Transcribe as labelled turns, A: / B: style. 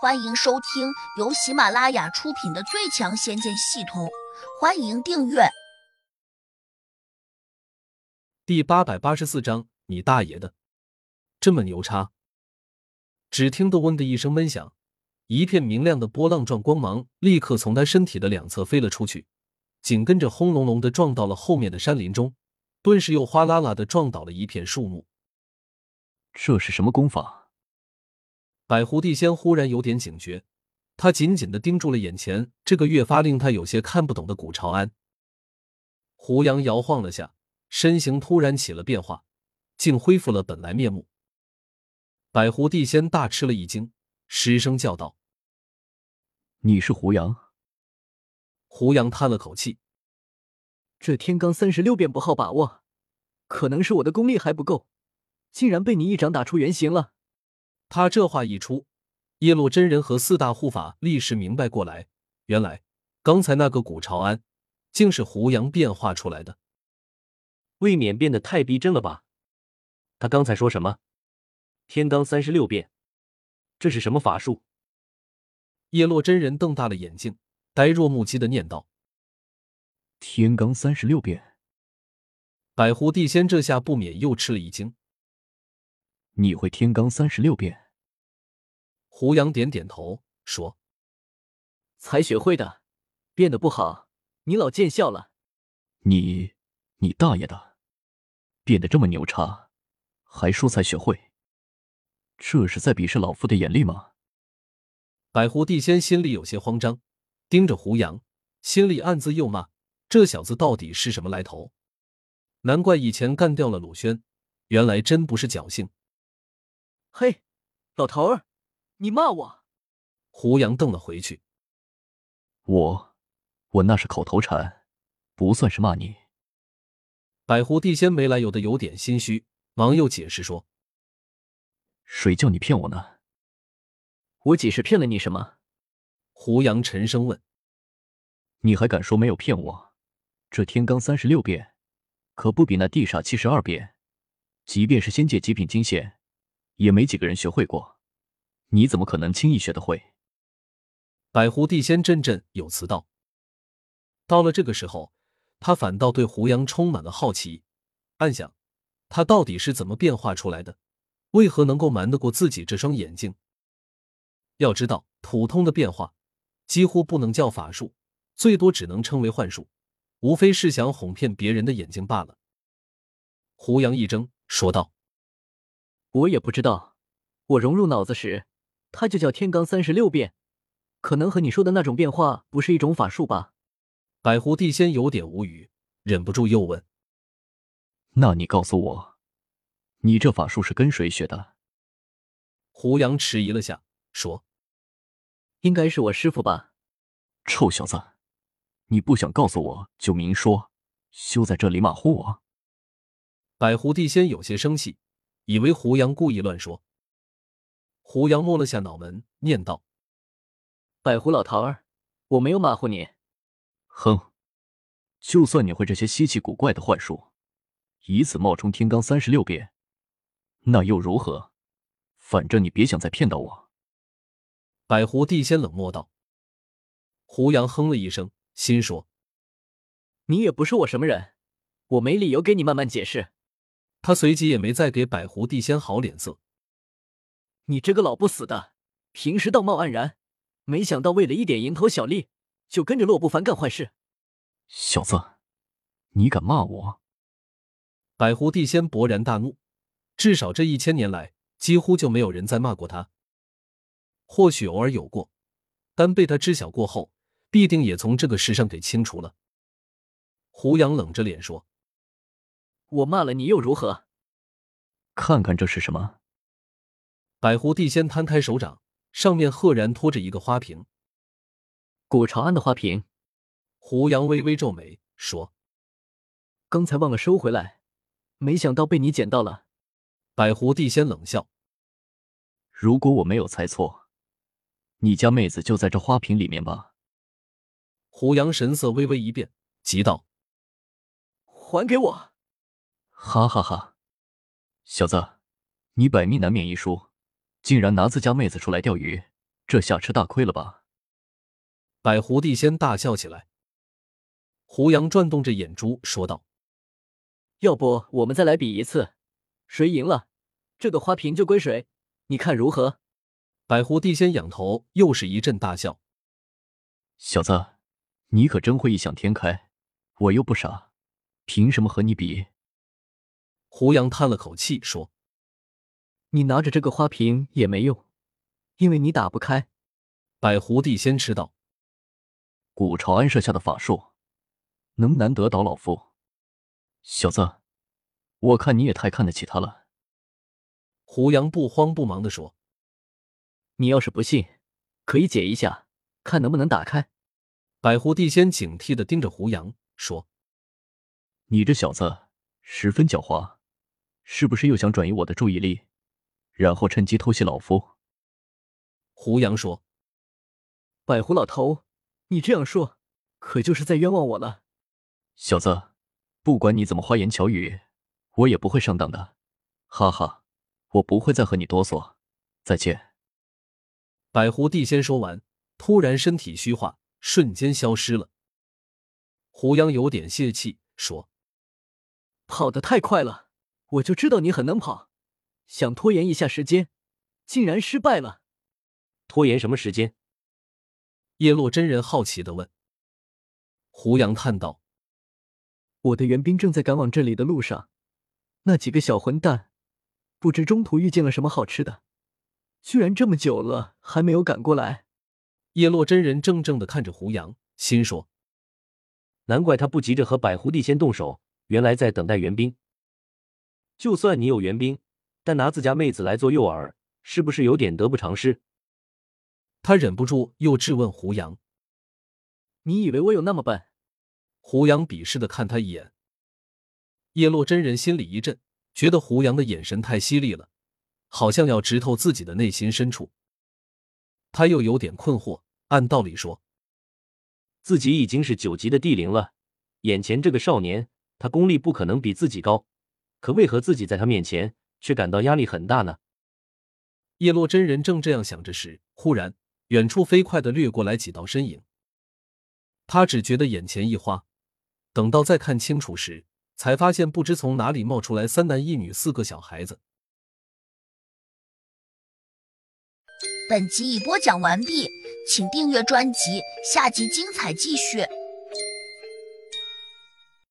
A: 欢迎收听由喜马拉雅出品的《最强仙剑系统》，欢迎订阅。
B: 第八百八十四章，你大爷的，这么牛叉！只听得“嗡”的一声闷响，一片明亮的波浪状光芒立刻从他身体的两侧飞了出去，紧跟着轰隆隆的撞到了后面的山林中，顿时又哗啦啦的撞倒了一片树木。
C: 这是什么功法？
B: 百狐帝仙忽然有点警觉，他紧紧的盯住了眼前这个越发令他有些看不懂的古朝安。胡杨摇晃了下，身形突然起了变化，竟恢复了本来面目。百狐帝仙大吃了一惊，失声叫道
C: 你是胡杨？：“
B: 胡杨！”叹了口气，
D: 这天罡三十六变不好把握，可能是我的功力还不够，竟然被你一掌打出原形了。
B: 他这话一出，叶落真人和四大护法立时明白过来，原来刚才那个古朝安，竟是胡杨变化出来的。
E: 未免变得太逼真了吧？他刚才说什么？天罡三十六变，这是什么法术？
B: 叶落真人瞪大了眼睛，呆若木鸡的念道。
C: 天罡三十六变，
B: 百狐帝仙这下不免又吃了一惊。
C: 你会天罡三十六变？
B: 胡杨点点头说
D: 才学会的，变得不好，你老见笑了。
C: 你，你大爷的，变得这么牛叉，还说才学会，这是在鄙视老夫的眼力吗？：“
B: 百狐帝仙心里有些慌张，盯着胡杨，心里暗自又骂：这小子到底是什么来头？难怪以前干掉了鲁轩，原来真不是侥幸。”
D: 嘿，老头儿，你骂我？
B: 胡杨瞪了回去。
C: 我，我那是口头禅，不算是骂你。
B: 百狐帝仙没来由的有点心虚，忙又解释说
C: 谁叫你骗我呢？
D: 我几时骗了你什么？：“
B: 胡杨沉声问，
C: 你还敢说没有骗我？这天罡三十六变，可不比那地煞七十二变，即便是仙界极品金仙，也没几个人学会过。你怎么可能轻易学得会？
B: 百狐帝仙振振有词道。到了这个时候，他反倒对胡杨充满了好奇，暗想他到底是怎么变化出来的，为何能够瞒得过自己这双眼睛？要知道，普通的变化几乎不能叫法术，最多只能称为幻术，无非是想哄骗别人的眼睛罢了。胡杨一怔，说道。
D: 我也不知道。我融入脑子时，它就叫天罡三十六变，可能和你说的那种变化不是一种法术吧？
B: 百狐帝仙有点无语，忍不住又问
C: 那你告诉我，你这法术是跟谁学的？
B: 胡杨，迟疑了下，说
D: 应该是我师傅吧？
C: 臭小子，你不想告诉我就明说，休在这里马虎我。：“
B: 百狐帝仙有些生气，以为胡杨故意乱说。”胡杨摸了下脑门，念道
D: 百狐老头儿，我没有马虎你。
C: 哼，就算你会这些稀奇古怪的幻术，以此冒充天罡三十六变，那又如何？反正你别想再骗到我。：“
B: 百狐帝仙冷漠道。”胡杨哼了一声，心说
D: 你也不是我什么人，我没理由给你慢慢解释。
B: 他随即也没再给百狐帝仙好脸色。
D: 你这个老不死的，平时道貌岸然，没想到为了一点蝇头小利，就跟着洛不凡干坏事。
C: 小子，你敢骂我？
B: 百狐帝仙勃然大怒，至少这一千年来，几乎就没有人再骂过他。或许偶尔有过，但被他知晓过后，必定也从这个世上给清除了。胡杨冷着脸说
D: 我骂了你又如何？
C: 看看这是什么？：“
B: 百狐帝仙摊开手掌，上面赫然托着一个花瓶。
D: 古朝安的花瓶，”
B: 胡杨微微皱眉说
D: 刚才忘了收回来，没想到被你捡到了。：“
B: 百狐帝仙冷笑。
C: 如果我没有猜错，你家妹子就在这花瓶里面吧？”
B: 胡杨神色微微一变，急道
D: 还给我！
C: 哈哈哈！小子，你百命难免一疏，竟然拿自家妹子出来钓鱼，这下吃大亏了吧？
B: 百狐帝仙大笑起来。胡杨转动着眼珠说道
D: 要不我们再来比一次，谁赢了，这个花瓶就归谁，你看如何？：“
B: 百狐帝仙仰头，又是一阵大笑。
C: 小子，你可真会异想天开，我又不傻，凭什么和你比？”
B: 胡杨叹了口气说
D: 你拿着这个花瓶也没用，因为你打不开。：“
B: 百狐帝仙吃道。
C: 古朝安设下的法术，能难得倒老夫。小子，我看你也太看得起他了。”
B: 胡杨不慌不忙地说
D: 你要是不信，可以解一下，看能不能打开。：“
B: 百狐帝仙警惕地盯着胡杨说。
C: 你这小子十分狡猾，是不是又想转移我的注意力，然后趁机偷袭老夫？”
B: 胡杨说
D: 百狐老头，你这样说，可就是在冤枉我了。
C: 小子，不管你怎么花言巧语，我也不会上当的。哈哈，我不会再和你哆嗦。再见。：“
B: 百狐帝仙说完，突然身体虚化，瞬间消失了。”胡杨有点泄气说
D: 跑得太快了，我就知道你很能跑，想拖延一下时间，竟然失败了。
E: 拖延什么时间？：“
B: 叶落真人好奇地问。”胡杨叹道
D: 我的援兵正在赶往这里的路上，那几个小混蛋不知中途遇见了什么好吃的，居然这么久了还没有赶过来。：“
B: 叶落真人怔怔地看着胡杨，心说。”
E: 难怪他不急着和百狐帝先动手，原来在等待援兵。就算你有援兵，但拿自家妹子来做诱饵，是不是有点得不偿失？
B: 他忍不住又质问胡杨。
D: 你以为我有那么笨？
B: 胡杨鄙视的看他一眼。叶落真人心里一震，觉得胡杨的眼神太犀利了，好像要直透自己的内心深处。他又有点困惑，按道理说，
E: 自己已经是九级的地灵了，眼前这个少年，他功力不可能比自己高，可为何自己在他面前却感到压力很大呢？
B: 叶落真人正这样想着时，忽然远处飞快的掠过来几道身影。他只觉得眼前一花，等到再看清楚时，才发现不知从哪里冒出来三男一女四个小孩子。
A: 本集已播讲完毕，请订阅专辑，下集精彩继续。